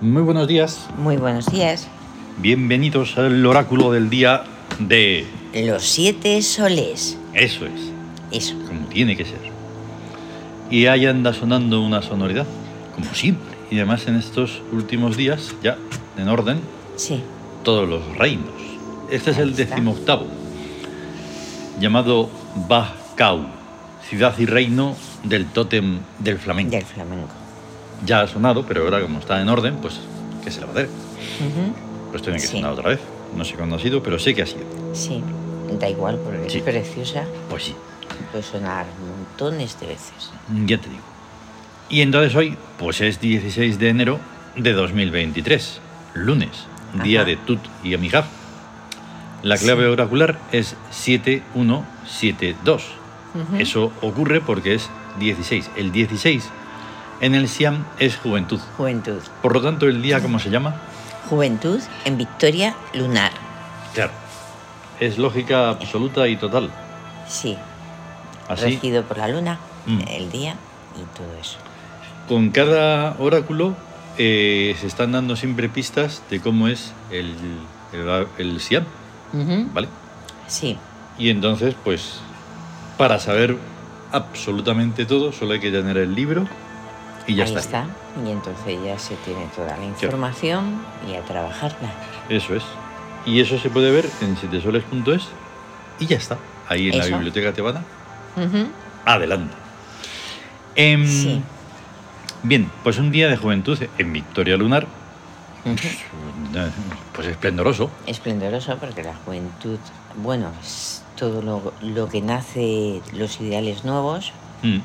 Muy buenos días. Muy buenos días. Bienvenidos al oráculo del día de... Los siete soles. Eso es, Eso. como tiene que ser. Y ahí anda sonando una sonoridad, como siempre. Y además en estos últimos días, ya en orden, Sí. todos los reinos. Este es Ahí el está. decimoctavo, llamado Bajkau, ciudad y reino del tótem del flamenco. Del flamenco. Ya ha sonado, pero ahora como está en orden, pues que se la va a hacer. Ujú. Pues tiene que Sí. sonar otra vez. No sé cuándo ha sido, pero sé que ha sido. Sí. Da igual porque Sí. es preciosa. Pues sí, Puede sonar montones de veces. ya te digo. Y entonces hoy, pues es 16 de enero de 2023, lunes, día Ajá. de Tut y Amijaf. La clave Sí. oracular es 7172. Ujú. Eso ocurre porque es 16. El 16 en el Siam es juventud. Juventud. Por lo tanto, el día, ¿cómo se llama? Juventud en victoria lunar. Claro. Es lógica absoluta y total. Sí. Así, Regido por la luna, ¿Ah, Mm. el día y todo eso. con cada oráculo eh, se están dando siempre pistas de cómo es el, el, el Siam, Ujú. ¿vale? Sí. Y entonces, pues, para saber absolutamente todo, solo hay que tener el libro y ya Ahí está. está. Y entonces ya se tiene toda la información y a trabajarla. Eso es. Y eso se puede ver en sitesoles.es y ya está. Ahí en Eso. la biblioteca tebana. Ujú. Adelante. Em, Sí. Bien, pues un día de juventud en Victoria Lunar, Ujú. pues esplendoroso. Esplendoroso porque la juventud, bueno, es todo lo, lo que nace, los ideales nuevos Mm.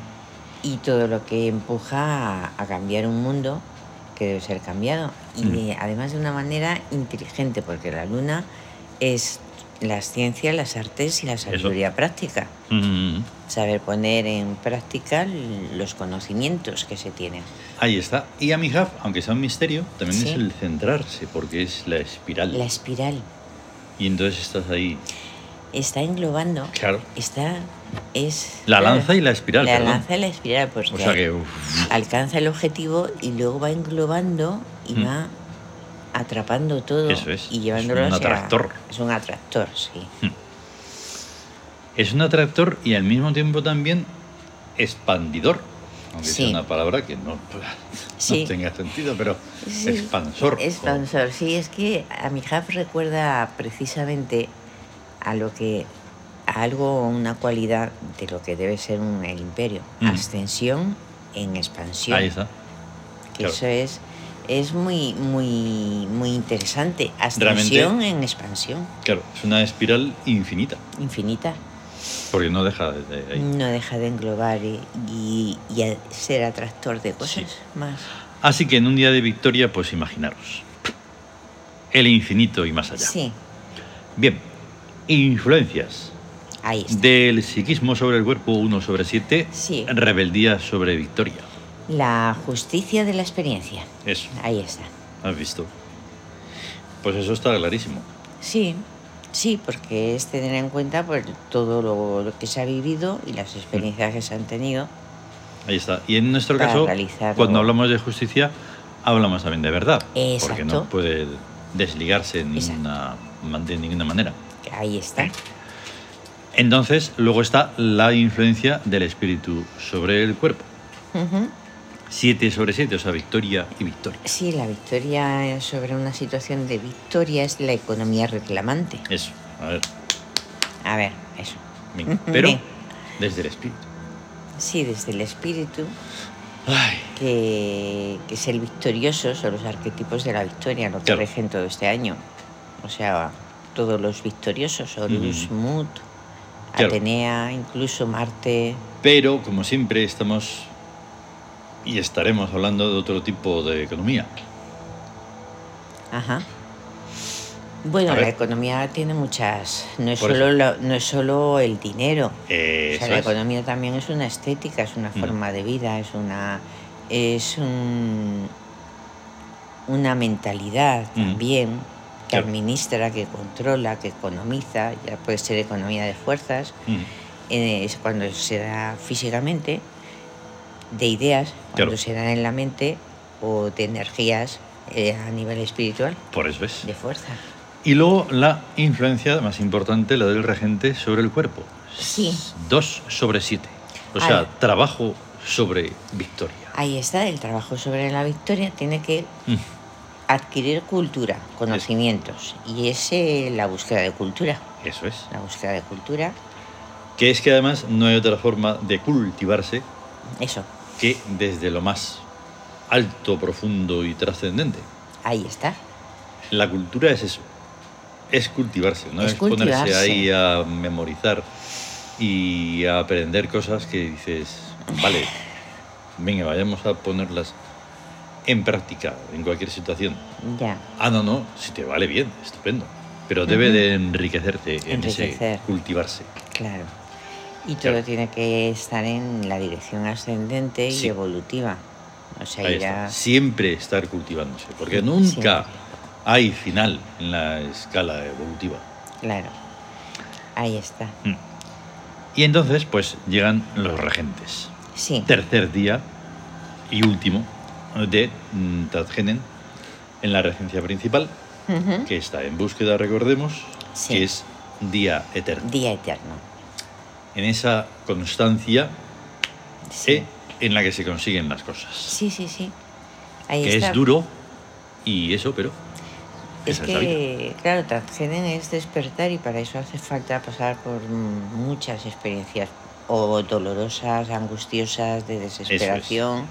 y todo lo que empuja a, a cambiar un mundo que debe ser cambiado. Y Mm. de- además de una manera inteligente porque la luna es las ciencias, las artes y la sabiduría práctica. Mm. Saber poner en práctica l- los conocimientos que se tienen. Ahí está. Y Amihaf, aunque sea un misterio, también Sí. es el centrarse, porque es la espiral. La espiral Y entonces estás ahí. está englobando, Claro. está, es... La lanza y la espiral. La perdón. lanza y la espiral, pues O de sea ahí que. uf, alcanza el objetivo y luego va englobando y Mm. va atrapando todo Eso es, y es llevándolo un hacia- atractor. Es un atractor, sí. Es un atractor y al mismo tiempo también expandidor. Aunque Sí. sea una palabra que no, Sí. no tenga sentido, pero Sí. expansor. Expansor, sí, es que a mi hub recuerda precisamente a lo que a algo o una cualidad de lo que debe ser un, el imperio, Mm. ascensión en O- expansión. Ahí está. que claro. Eso es es muy muy muy interesante, ascensión en expansión Claro, es una espiral infinita, infinita. porque no deja de ahí. No deja de englobar y, y- y a- ser atractor de cosas más. Así que en un día de victoria, pues imaginaros. El infinito y más allá. Sí, Bien, influencias. ahí está. Del psiquismo sobre el cuerpo 1 sobre 7, Sí. rebeldía sobre victoria. La justicia de la experiencia. Eso, Ahí está. has visto. Pues eso está clarísimo. Sí, sí, porque es tener en cuenta pues, todo lo, lo que se ha vivido y las experiencias que se han tenido. Ahí está. Y en nuestro Para caso, realizarlo. cuando hablamos de justicia, hablamos también de verdad. Porque Exacto. no puede desligarse en Exacto. ninguna, de ninguna manera. Ahí está. Entonces, luego está la influencia del espíritu sobre el cuerpo. Ujú. 7 sobre 7, o sea, victoria y victoria. Sí, la victoria sobre una situación de victoria es la economía reclamante. Eso, a ver. A ver, eso. venga. Pero Mm, Bien. desde el espíritu. Sí, desde el espíritu, Ay, que, que es el victorioso, son los arquetipos de la victoria, lo que Claro. regen todo este año. O sea, todos los victoriosos, Horus, Ujú. Mut, Claro. Atenea, incluso Marte. pero, como siempre, estamos y estaremos hablando de otro tipo de economía. Ajá. Bueno, A la ver. economía tiene muchas. No es, Por eso. solo, la- no es solo el dinero. Eh, O eso sea, la es. Mm. economía también es una estética, es una Ujú. forma de vida, es una es un- una mentalidad Ujú. también que Claro. administra, que controla, que economiza, ya puede ser economía de fuerzas, Mm, eh, es cuando se da físicamente, de ideas, cuando Claro. se dan en la mente o de energías eh, a nivel espiritual, Por eso es. de fuerza. Y luego la influencia más importante, la del regente sobre el cuerpo. Sí. 2 sobre 7. O sea, Ala. trabajo sobre victoria. Ahí está, el trabajo sobre la victoria tiene que Mm. adquirir cultura, conocimientos. Y es eh, la búsqueda de cultura. Eso es. La búsqueda de cultura, Que es que además no hay otra forma de cultivarse eso, que desde lo más alto, profundo y trascendente. ahí está. La cultura es eso. Es cultivarse, no Es es, ponerse cultivarse. ahí a memorizar y a aprender cosas que dices, vale, venga, vayamos a ponerlas en práctica en cualquier situación. Ya, Ah, no, no, si te vale bien, estupendo. Pero debe de enriquecerte en Enriquecer. ese cultivarse. claro. Y todo Claro. tiene que estar en la dirección ascendente Sí. y evolutiva. O sea, Ahí ir está. a... Siempre estar cultivándose, porque Sí, nunca siempre. hay final en la escala evolutiva. Claro. Ahí está. Y entonces, pues llegan los regentes. Sí. Tercer día y último de mm, Tadgenen en la regencia principal, Ujú. que está en búsqueda, recordemos, Sí. que es día eterno. Día eterno. En esa constancia Sí. eh, en la que se consiguen las cosas. Sí, sí, sí. Ahí que está. es duro y eso, pero Es esa es la vida. que, claro, transgenen es despertar y para eso hace falta pasar por mm, muchas experiencias o dolorosas, angustiosas, de desesperación.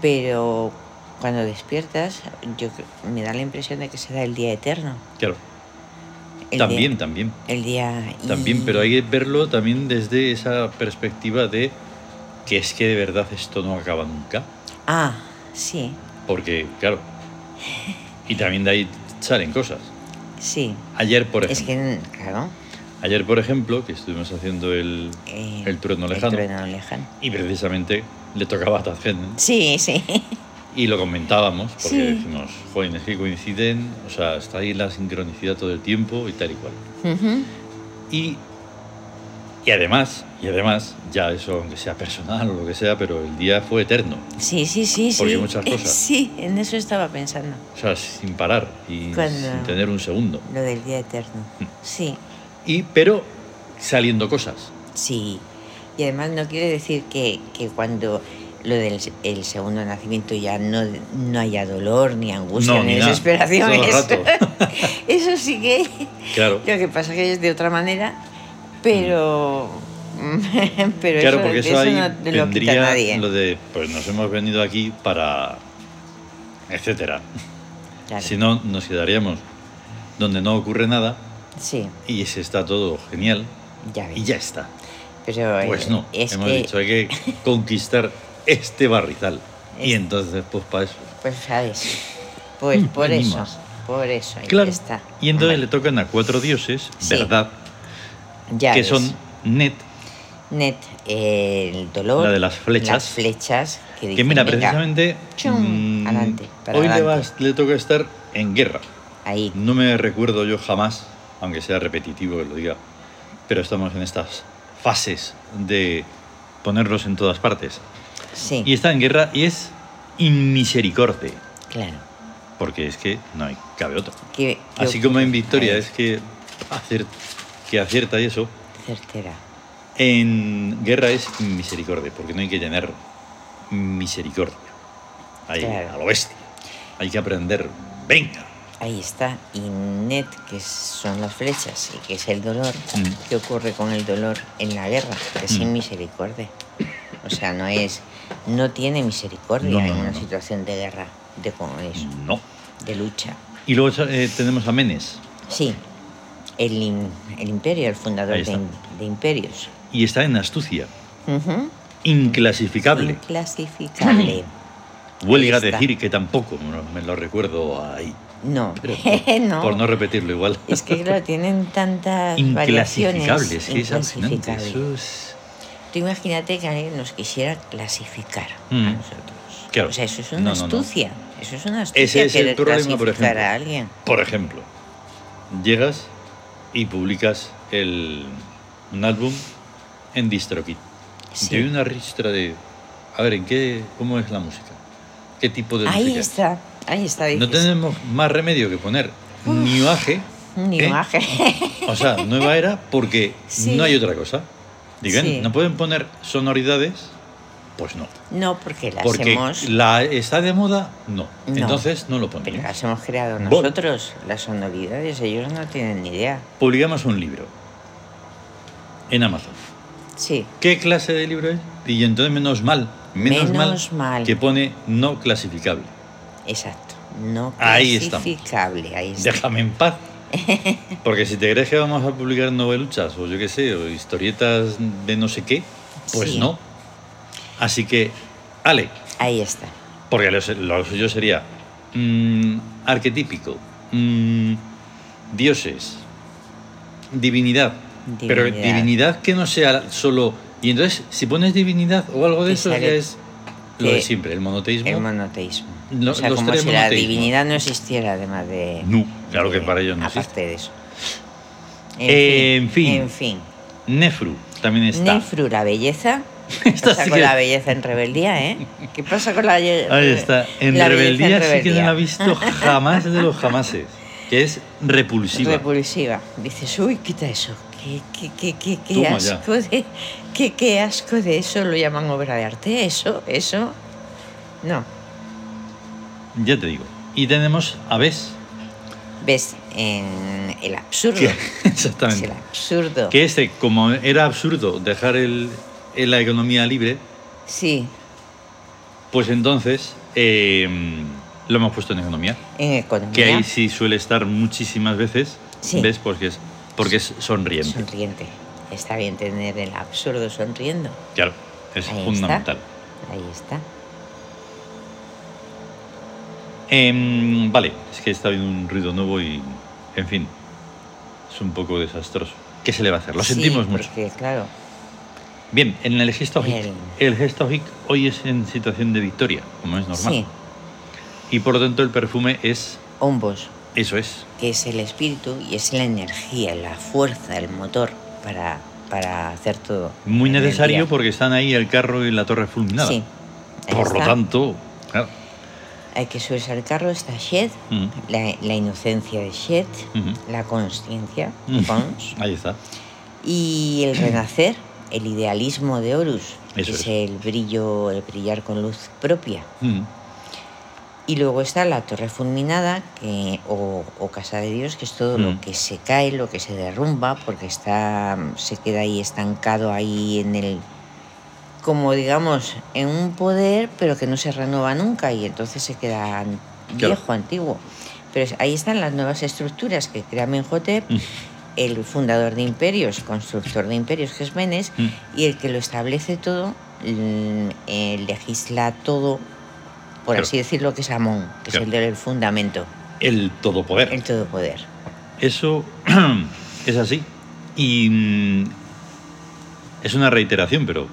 Pero cuando despiertas, yo cre- me da la impresión de que se da el día eterno. Claro, El también, día- también, el día. y- también, pero hay que verlo también desde esa perspectiva de que es que de verdad esto no acaba nunca, Ah, sí, porque, claro, y también de ahí salen cosas. sí. Ayer, por Es ejemplo, que, claro. ayer, por ejemplo, que estuvimos haciendo el, eh, el trueno lejano, El trueno lejano. y precisamente le tocaba a Tadgen, Sí, sí. Y lo comentábamos, porque Sí. decimos, joder, es que coinciden, o sea, está ahí la sincronicidad todo el tiempo y tal y cual. Ujú. Y, y además, y además, ya eso, aunque sea personal o lo que sea, pero el día fue eterno, Sí, sí, sí, sí. Porque muchas Eh, cosas. Sí, en eso estaba pensando. o sea, sin parar y Cuando- sin tener un segundo. Lo del día eterno. Mm. Sí, Y, pero saliendo cosas. sí. Y además no quiere decir que, que cuando lo del se- el segundo nacimiento ya no, no haya dolor, ni angustia, No, ni, ni nada. desesperación. Todo el eso, rato. eso sí que. Claro, Lo que pasa que es de otra manera, pero. pero claro eso, porque eso, eso ahí no te lo quita vendría nadie. lo de, pues nos hemos venido aquí para, etcétera. Claro. Si no, nos quedaríamos donde no ocurre nada Sí, y se está todo genial ya ves. y ya está. Pero, eh, Pues no, es hemos que, dicho, hay que conquistar este barrizal. Y Es- entonces, pues para eso. Pues sabes. Pues Mm, por eso. venimos. Por eso. ahí Claro. está. Y entonces le tocan a cuatro dioses, Sí, ¿verdad? Ya que ves. son Net. Net, eh, el dolor. La de las flechas. Las flechas. Que, Que dicen, mira, "Venga, precisamente. Chum, mm, adelante, para hoy le, adelante. vas- le toca estar en guerra. Ahí. No me recuerdo yo jamás, aunque sea repetitivo que lo diga, pero estamos en estas fases de ponerlos en todas partes. Sí. Y está en guerra y es inmisericorde, Claro. porque es que no hay, cabe otra. Que- que Así como en ocurre. Victoria Ahí, es que, acier- que acierta y eso, Certera. en Guerra es misericordia, porque no hay que tener misericordia. Ahí, Claro. a lo bestia. Hay que aprender, venga. Ahí está. Y net, que son las flechas y que es el dolor. Mm. ¿Qué ocurre con el dolor en la guerra? Que es Mm. sin misericordia. O sea, no es. No tiene misericordia No, no, en no, una no. Mm. situación de guerra, de, con eso, No. de lucha. Y luego eh, tenemos a Menes, Sí, el, im- el imperio, el fundador Ahí de, está. im- de imperios. y está en astucia, Ujú. inclasificable. Inclasificable. Huelga Ahí está. decir que tampoco no me lo recuerdo ahí. No, Pero por, no. por no repetirlo igual. Es que claro, tienen tantas Inclasificable, variaciones. es que es alucinante. inclasificable. Eso es... Tú imagínate que alguien nos quisiera clasificar a Mm. nosotros. Claro. O sea, eso es No, una no, no. astucia. Eso es una astucia Ese es querer el problema, por clasificar ejemplo. a alguien. Por ejemplo, llegas y publicas el, un álbum en DistroKid. Sí. Y Te doy una ristra de, a ver, ¿en qué, ¿cómo es la música? ¿Qué tipo de Ahí música? es? está. Ahí está, dices. No tenemos más remedio que poner New Age. Ni ¿eh? imagen. O sea, nueva era porque Sí. no hay otra cosa. Digan, Sí. ¿no pueden poner sonoridades? Pues no. No, porque las Porque hemos... la está de moda, no. No. Entonces no lo Pero ponen. las hemos creado Bueno. nosotros, las sonoridades, ellos no tienen ni idea. Publicamos un libro en Amazon. Sí, ¿Qué clase de libro es? Y entonces menos mal, menos, Menos mal. que pone no clasificable. exacto. No Ahí estamos. clasificable, ahí está. Déjame en paz. Porque si te crees que vamos a publicar noveluchas o yo qué sé, o historietas de no sé qué, pues Sí. no. Así que, Ale, Ahí está. porque lo, se- lo suyo sería mm, arquetípico, mm, dioses, divinidad, Pero Divinidad. divinidad que no sea solo... Y entonces, si pones divinidad o algo de Te eso, ya sale es lo que de siempre, el monoteísmo. El monoteísmo. Lo- o sea, los como tres si la monoteísmos. divinidad no existiera, además de. No, claro que de- para ellos no Aparte existe. de eso. Eh, en fin. En fin. Nefru también está. Nefru, la belleza. ¿Qué Esta pasa sí con que- la belleza en rebeldía, eh? ¿Qué pasa con la. Ahí está. En la belleza rebeldía en sí que no rebeldía? la he visto jamás de los jamases. Que es repulsiva. repulsiva. Dices, uy, quita eso. Qué, qué, qué, qué, qué Toma ya. asco de, qué, qué asco de eso. Lo llaman obra de arte. Eso, eso. No. ya te digo. Y tenemos aves. Ves, en el absurdo. Que, Es el exactamente. absurdo. Que este, como era absurdo dejar el, el- la economía libre, Sí, pues entonces eh, lo hemos puesto en economía. en economía. Que ahí sí suele estar muchísimas veces. Sí. ¿Ves? Porque es, porque es sonriente. Sonriente. Está bien tener el absurdo sonriendo. Claro, es Ahí está. fundamental. Ahí está. Em, vale, es que está habiendo un ruido nuevo y, en fin, es un poco desastroso. ¿Qué se le va a hacer? Lo Sí, sentimos mucho. Porque, claro, Bien, en el gesto hic, El- el gesto hic hoy es en situación de victoria, como es normal. sí, Y por lo tanto el perfume es, hombos, eso es, que es el espíritu y es la energía, la fuerza, el motor para, para hacer todo. muy en el necesario día. porque están ahí el carro y la torre fulminada. Sí. ahí por lo está. tanto, claro, Hay que subirse al carro, está Shed, Mm. la, la inocencia de Shed, Ujú. la consciencia, Mm. Pons, ahí está. Y el renacer, el idealismo de Horus, que Eso es, es. el brillo, el brillar con luz propia. Mm. Y luego está la torre fulminada que, o, o casa de Dios, que es todo Mm. lo que se cae, lo que se derrumba, porque está, se queda ahí estancado ahí en el, como digamos, en un poder, pero que no se renueva nunca y entonces se queda an- Claro. viejo, antiguo. Pero es- ahí están las nuevas estructuras que crea Menhotep, Mm. el fundador de imperios, constructor de imperios, que es Menes, Mm. y el que lo establece todo, mm, eh, legisla todo, por Claro. así decirlo, que es Amón, que Claro. es el del fundamento, El todopoder. el todopoder. Eso es así. Y mm, es una reiteración, pero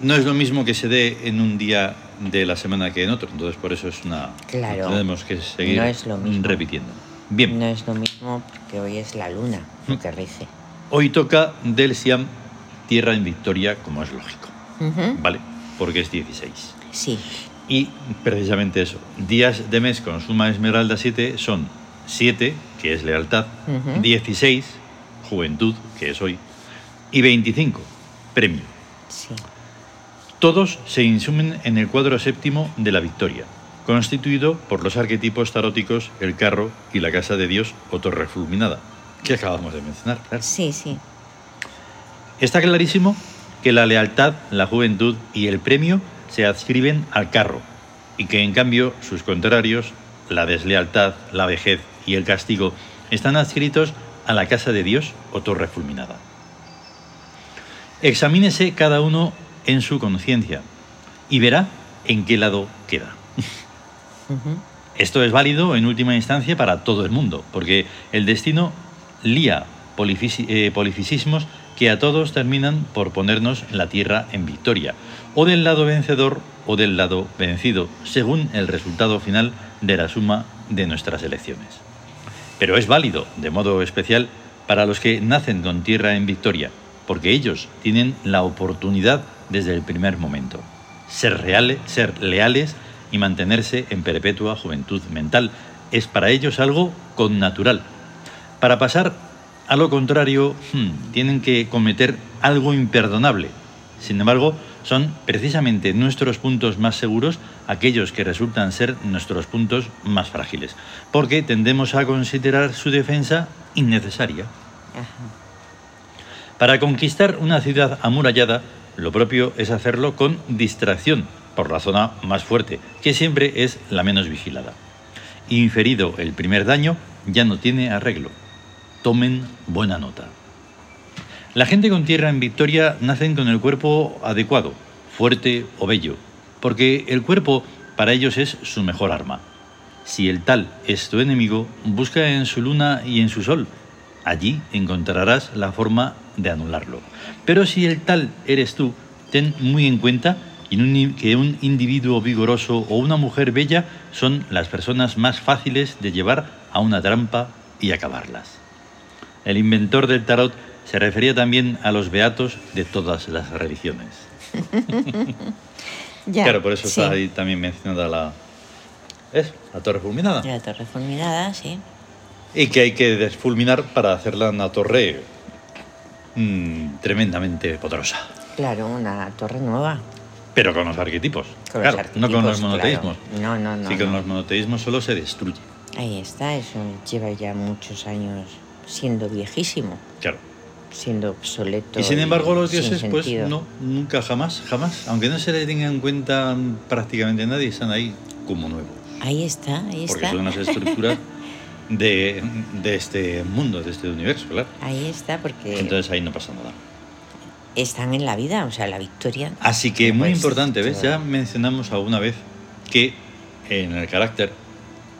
no es lo mismo que se dé en un día de la semana que en otro. Entonces, por eso es una. Claro. Tenemos que seguir No es lo mismo. repitiendo. Bien, No es lo mismo porque hoy es la luna Mm. lo que rige. hoy toca del Siam Tierra en Victoria, como es lógico. Ujú. ¿Vale? Porque es 16. Sí, Y precisamente eso, días de mes con suma esmeralda 7 son 7, que es lealtad, Ujú. 16, juventud, que es hoy, y 25, premio. sí. Todos se insumen en el cuadro séptimo de la victoria, constituido por los arquetipos taróticos, el carro y la casa de Dios o torre fulminada, que acabamos de mencionar. claro. Sí, sí. Está clarísimo que la lealtad, la juventud y el premio se adscriben al carro y que en cambio sus contrarios, la deslealtad, la vejez y el castigo, están adscritos a la casa de Dios o torre fulminada. Examínese cada uno en su conciencia y verá en qué lado queda. Ujú. Esto es válido en última instancia para todo el mundo, porque el destino lía polifisi- eh, polifisismos que a todos terminan por ponernos la tierra en victoria, o del lado vencedor o del lado vencido, según el resultado final de la suma de nuestras elecciones. Pero es válido, de modo especial, para los que nacen con tierra en victoria, porque ellos tienen la oportunidad desde el primer momento. Ser, reales, ser leales y mantenerse en perpetua juventud mental. Es para ellos algo connatural. Para pasar a lo contrario, hmm, tienen que cometer algo imperdonable. Sin embargo, son precisamente nuestros puntos más seguros aquellos que resultan ser nuestros puntos más frágiles, porque tendemos a considerar su defensa innecesaria. Ajá. Para conquistar una ciudad amurallada, lo propio es hacerlo con distracción por la zona más fuerte, que siempre es la menos vigilada. Inferido el primer daño, ya no tiene arreglo. Tomen buena nota. La gente con tierra en Victoria nacen con el cuerpo adecuado, fuerte o bello, porque el cuerpo para ellos es su mejor arma. Si el tal es tu enemigo, busca en su luna y en su sol. Allí encontrarás la forma de anularlo. Pero si el tal eres tú, ten muy en cuenta que un individuo vigoroso o una mujer bella son las personas más fáciles de llevar a una trampa y acabarlas. El inventor del tarot se refería también a los beatos de todas las religiones. Ya, claro, por eso está sí. ahí también mencionada la, ¿es? la torre fulminada. La torre fulminada, sí. Y que hay que desfulminar para hacerla una torre mm, tremendamente poderosa. Claro, una torre nueva. Pero con los arquetipos. Con los claro, no con arquetipos, los monoteísmos. claro. No, no, no, Si con no. los monoteísmos solo se destruye. Ahí está, eso lleva ya muchos años siendo viejísimo, Claro. siendo obsoleto. Y sin embargo los sin dioses, pues sentido. no, nunca, jamás, jamás, aunque no se les tenga en cuenta mm, prácticamente nadie, están ahí como nuevos. Ahí está, ahí Porque está. son las estructuras de, de este mundo, de este universo, claro. Ahí está, porque Entonces ahí no pasa nada. están en la vida, o sea, la victoria. Así que no muy es importante, ¿ves? todo. Ya mencionamos alguna vez que en el carácter,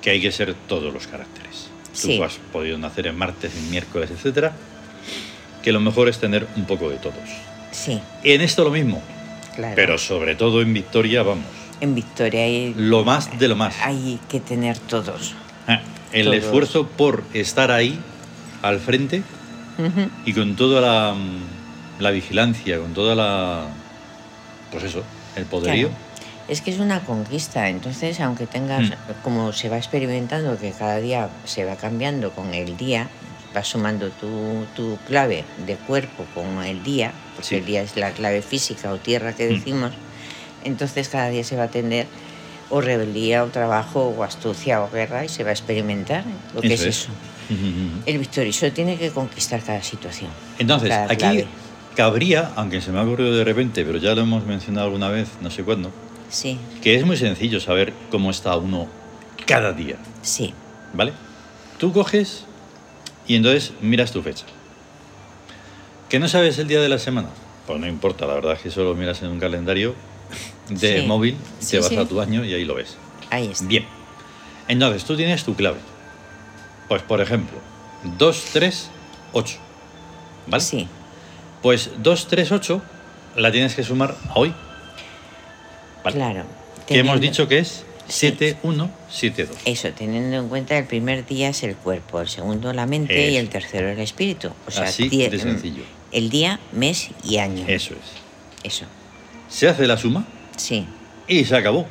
que hay que ser todos los caracteres. Sí. Tú has podido nacer en martes, en miércoles, etcétera. Que lo mejor es tener un poco de todos. Sí, En esto lo mismo, claro. pero sobre todo en Victoria, vamos, en victoria hay, lo más de lo más. hay que tener todos. Ah, El Todos. esfuerzo por estar ahí, al frente, Ujú. y con toda la, mm, la vigilancia, con toda la. Pues eso, el poderío. Claro. Es que es una conquista, entonces aunque tengas, Mm. como se va experimentando, que cada día se va cambiando con el día, vas sumando tu, tu clave de cuerpo con el día, porque Sí. el día es la clave física o tierra que Mm. decimos, entonces cada día se va a tener o rebeldía o trabajo o astucia o guerra y se va a experimentar lo que Eso es, es. eso. Ujú, ujú. El victorioso tiene que conquistar cada situación. Entonces, cada aquí clave. cabría, aunque se me ha ocurrido de repente, pero ya lo hemos mencionado alguna vez, no sé cuándo, Sí, que es muy sencillo saber cómo está uno cada día, sí, ¿vale? Tú coges y entonces miras tu fecha. ¿Que no sabes el día de la semana? Pues no importa, la verdad es que solo miras en un calendario de Sí. móvil, te Sí, vas sí. a tu año y ahí lo ves. ahí está. Bien. Entonces, tú tienes tu clave. Pues, por ejemplo, 2, 3, 8. ¿Vale? Sí, Pues 2, 3, 8 la tienes que sumar a hoy. ¿Vale? claro. Que hemos Teniendo- dicho que es Sí. 7, 1, 7, 2. Eso, teniendo en cuenta el primer día es el cuerpo, el segundo la mente y Eso. el tercero el espíritu. O sea, Así die- de sencillo. El día, mes y año. Eso es. Eso, Se hace la suma sí. y se acabó.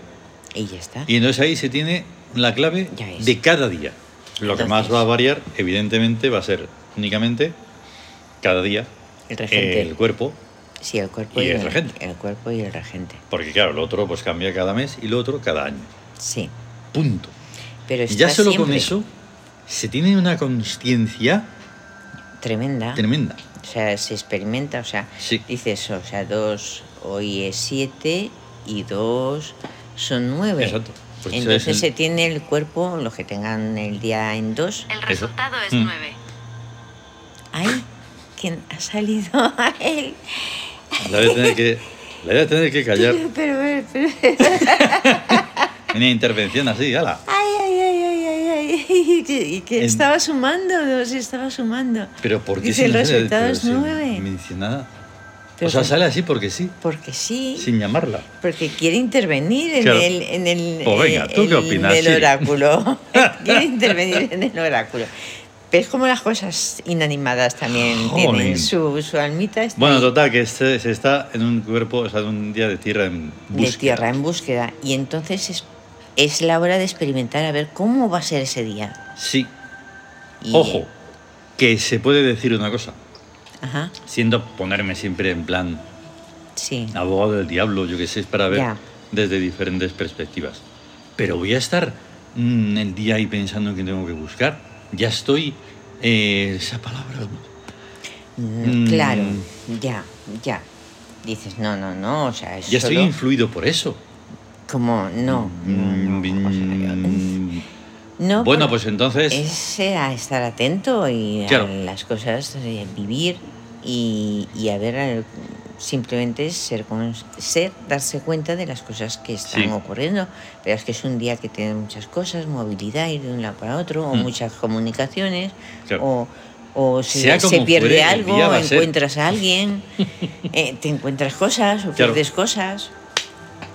Y ya está. Y entonces ahí se tiene la clave Ya es. de cada día. Lo que más Entonces- va a variar, evidentemente, va a ser únicamente cada día El regente. el cuerpo sí, el cuerpo y y, el regente. el cuerpo y el regente. Porque claro, lo otro pues cambia cada mes y lo otro cada año. Sí. Punto. Pero Y está ya solo con siempre eso se tiene una conciencia Tremenda. tremenda. O sea, se experimenta, o sea, Sí. dices, o sea, dos, hoy es siete y dos son nueve. Exacto. Pues Entonces es el- se tiene el cuerpo, los que tengan el día en dos, El Eso. resultado es Mm. 9. Ay, ¿quién ha salido a él? La voy a tener que, la voy a tener que callar Pero, pero, pero. Ay, una intervención así, ala. ay, ay, ay, ay, ay. Y que, y que En- estaba sumando, no sé, estaba sumando. Pero ¿por qué Dice, se el nos- resultado pero es sin nueve. mencionada? Pero o sea, por- sale así porque sí, Porque sí, sin llamarla. porque quiere intervenir en Claro. el, en el, eh, Pues venga, ¿tú qué en opinas, el Siri? oráculo. quiere intervenir en el oráculo. ¿Ves cómo las cosas inanimadas también Ah, Jolín. tienen su, su almita? está Bueno, ahí, total, que este- se está en un cuerpo, o sea, en un día de tierra en de búsqueda. tierra en búsqueda. Y entonces es es la hora de experimentar a ver cómo va a ser ese día. Sí. Y, Ojo, eh, que se puede decir una cosa, Ajá, siendo ponerme siempre en plan sí. abogado del diablo, yo qué sé, es para ver Ya. desde diferentes perspectivas. Pero voy a estar mm, el día ahí pensando en qué tengo que buscar. Ya estoy. eh, esa palabra. Mm, Mm. Claro, ya, ya. Dices, no, no, no, o sea, es Ya estoy solo influido por eso. como, no, no, no, o sea, Mm, no, bueno, por- pues entonces. es eh, a estar atento y Claro. a las cosas, eh, vivir y, y a ver, eh, simplemente ser, cons- ser, darse cuenta de las cosas que están Sí. ocurriendo. Verás que es un día que tiene muchas cosas, movilidad, ir de un lado para otro, o Mm. muchas comunicaciones, Claro. o, o si Sea se como pierde fuere, el algo, día va a ser. encuentras a alguien, eh, te encuentras cosas o Claro. pierdes cosas.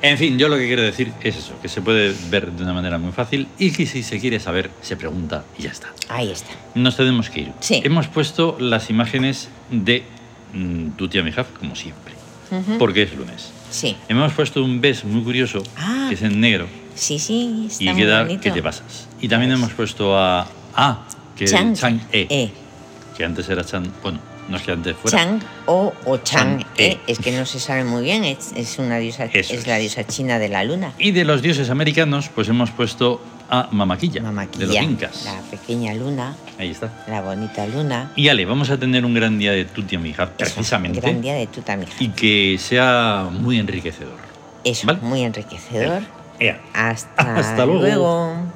En fin, yo lo que quiero decir es eso, que se puede ver de una manera muy fácil y que si se quiere saber, se pregunta y ya está. Ahí está. Nos tenemos que ir. Sí. Hemos puesto las imágenes de mm, tu tía Mijaf, como siempre, Ujú. porque es lunes. Sí, Hemos puesto un bes muy curioso, Ah. que es en negro, sí, sí, está y muy queda bonito. que te pasas. Y también Pues- hemos puesto a A, que es Chang, E, eh. que antes era Chan, bueno, no es que antes fuera. Chang o, o Chang, Chang'e. eh, es que no se sabe muy bien, es, es una diosa, Eso es la es. diosa china de la luna, Y de los dioses americanos, pues hemos puesto a Mamaquilla, de los Mamaquilla, incas. la pequeña luna, Ahí está. la bonita luna, Y Ale, vamos a tener un gran día de Tuti Mijaf, Eso, precisamente, gran día de Tutamija, y que sea muy enriquecedor. eso, ¿vale? muy enriquecedor, Ea. hasta, Hasta luego. luego.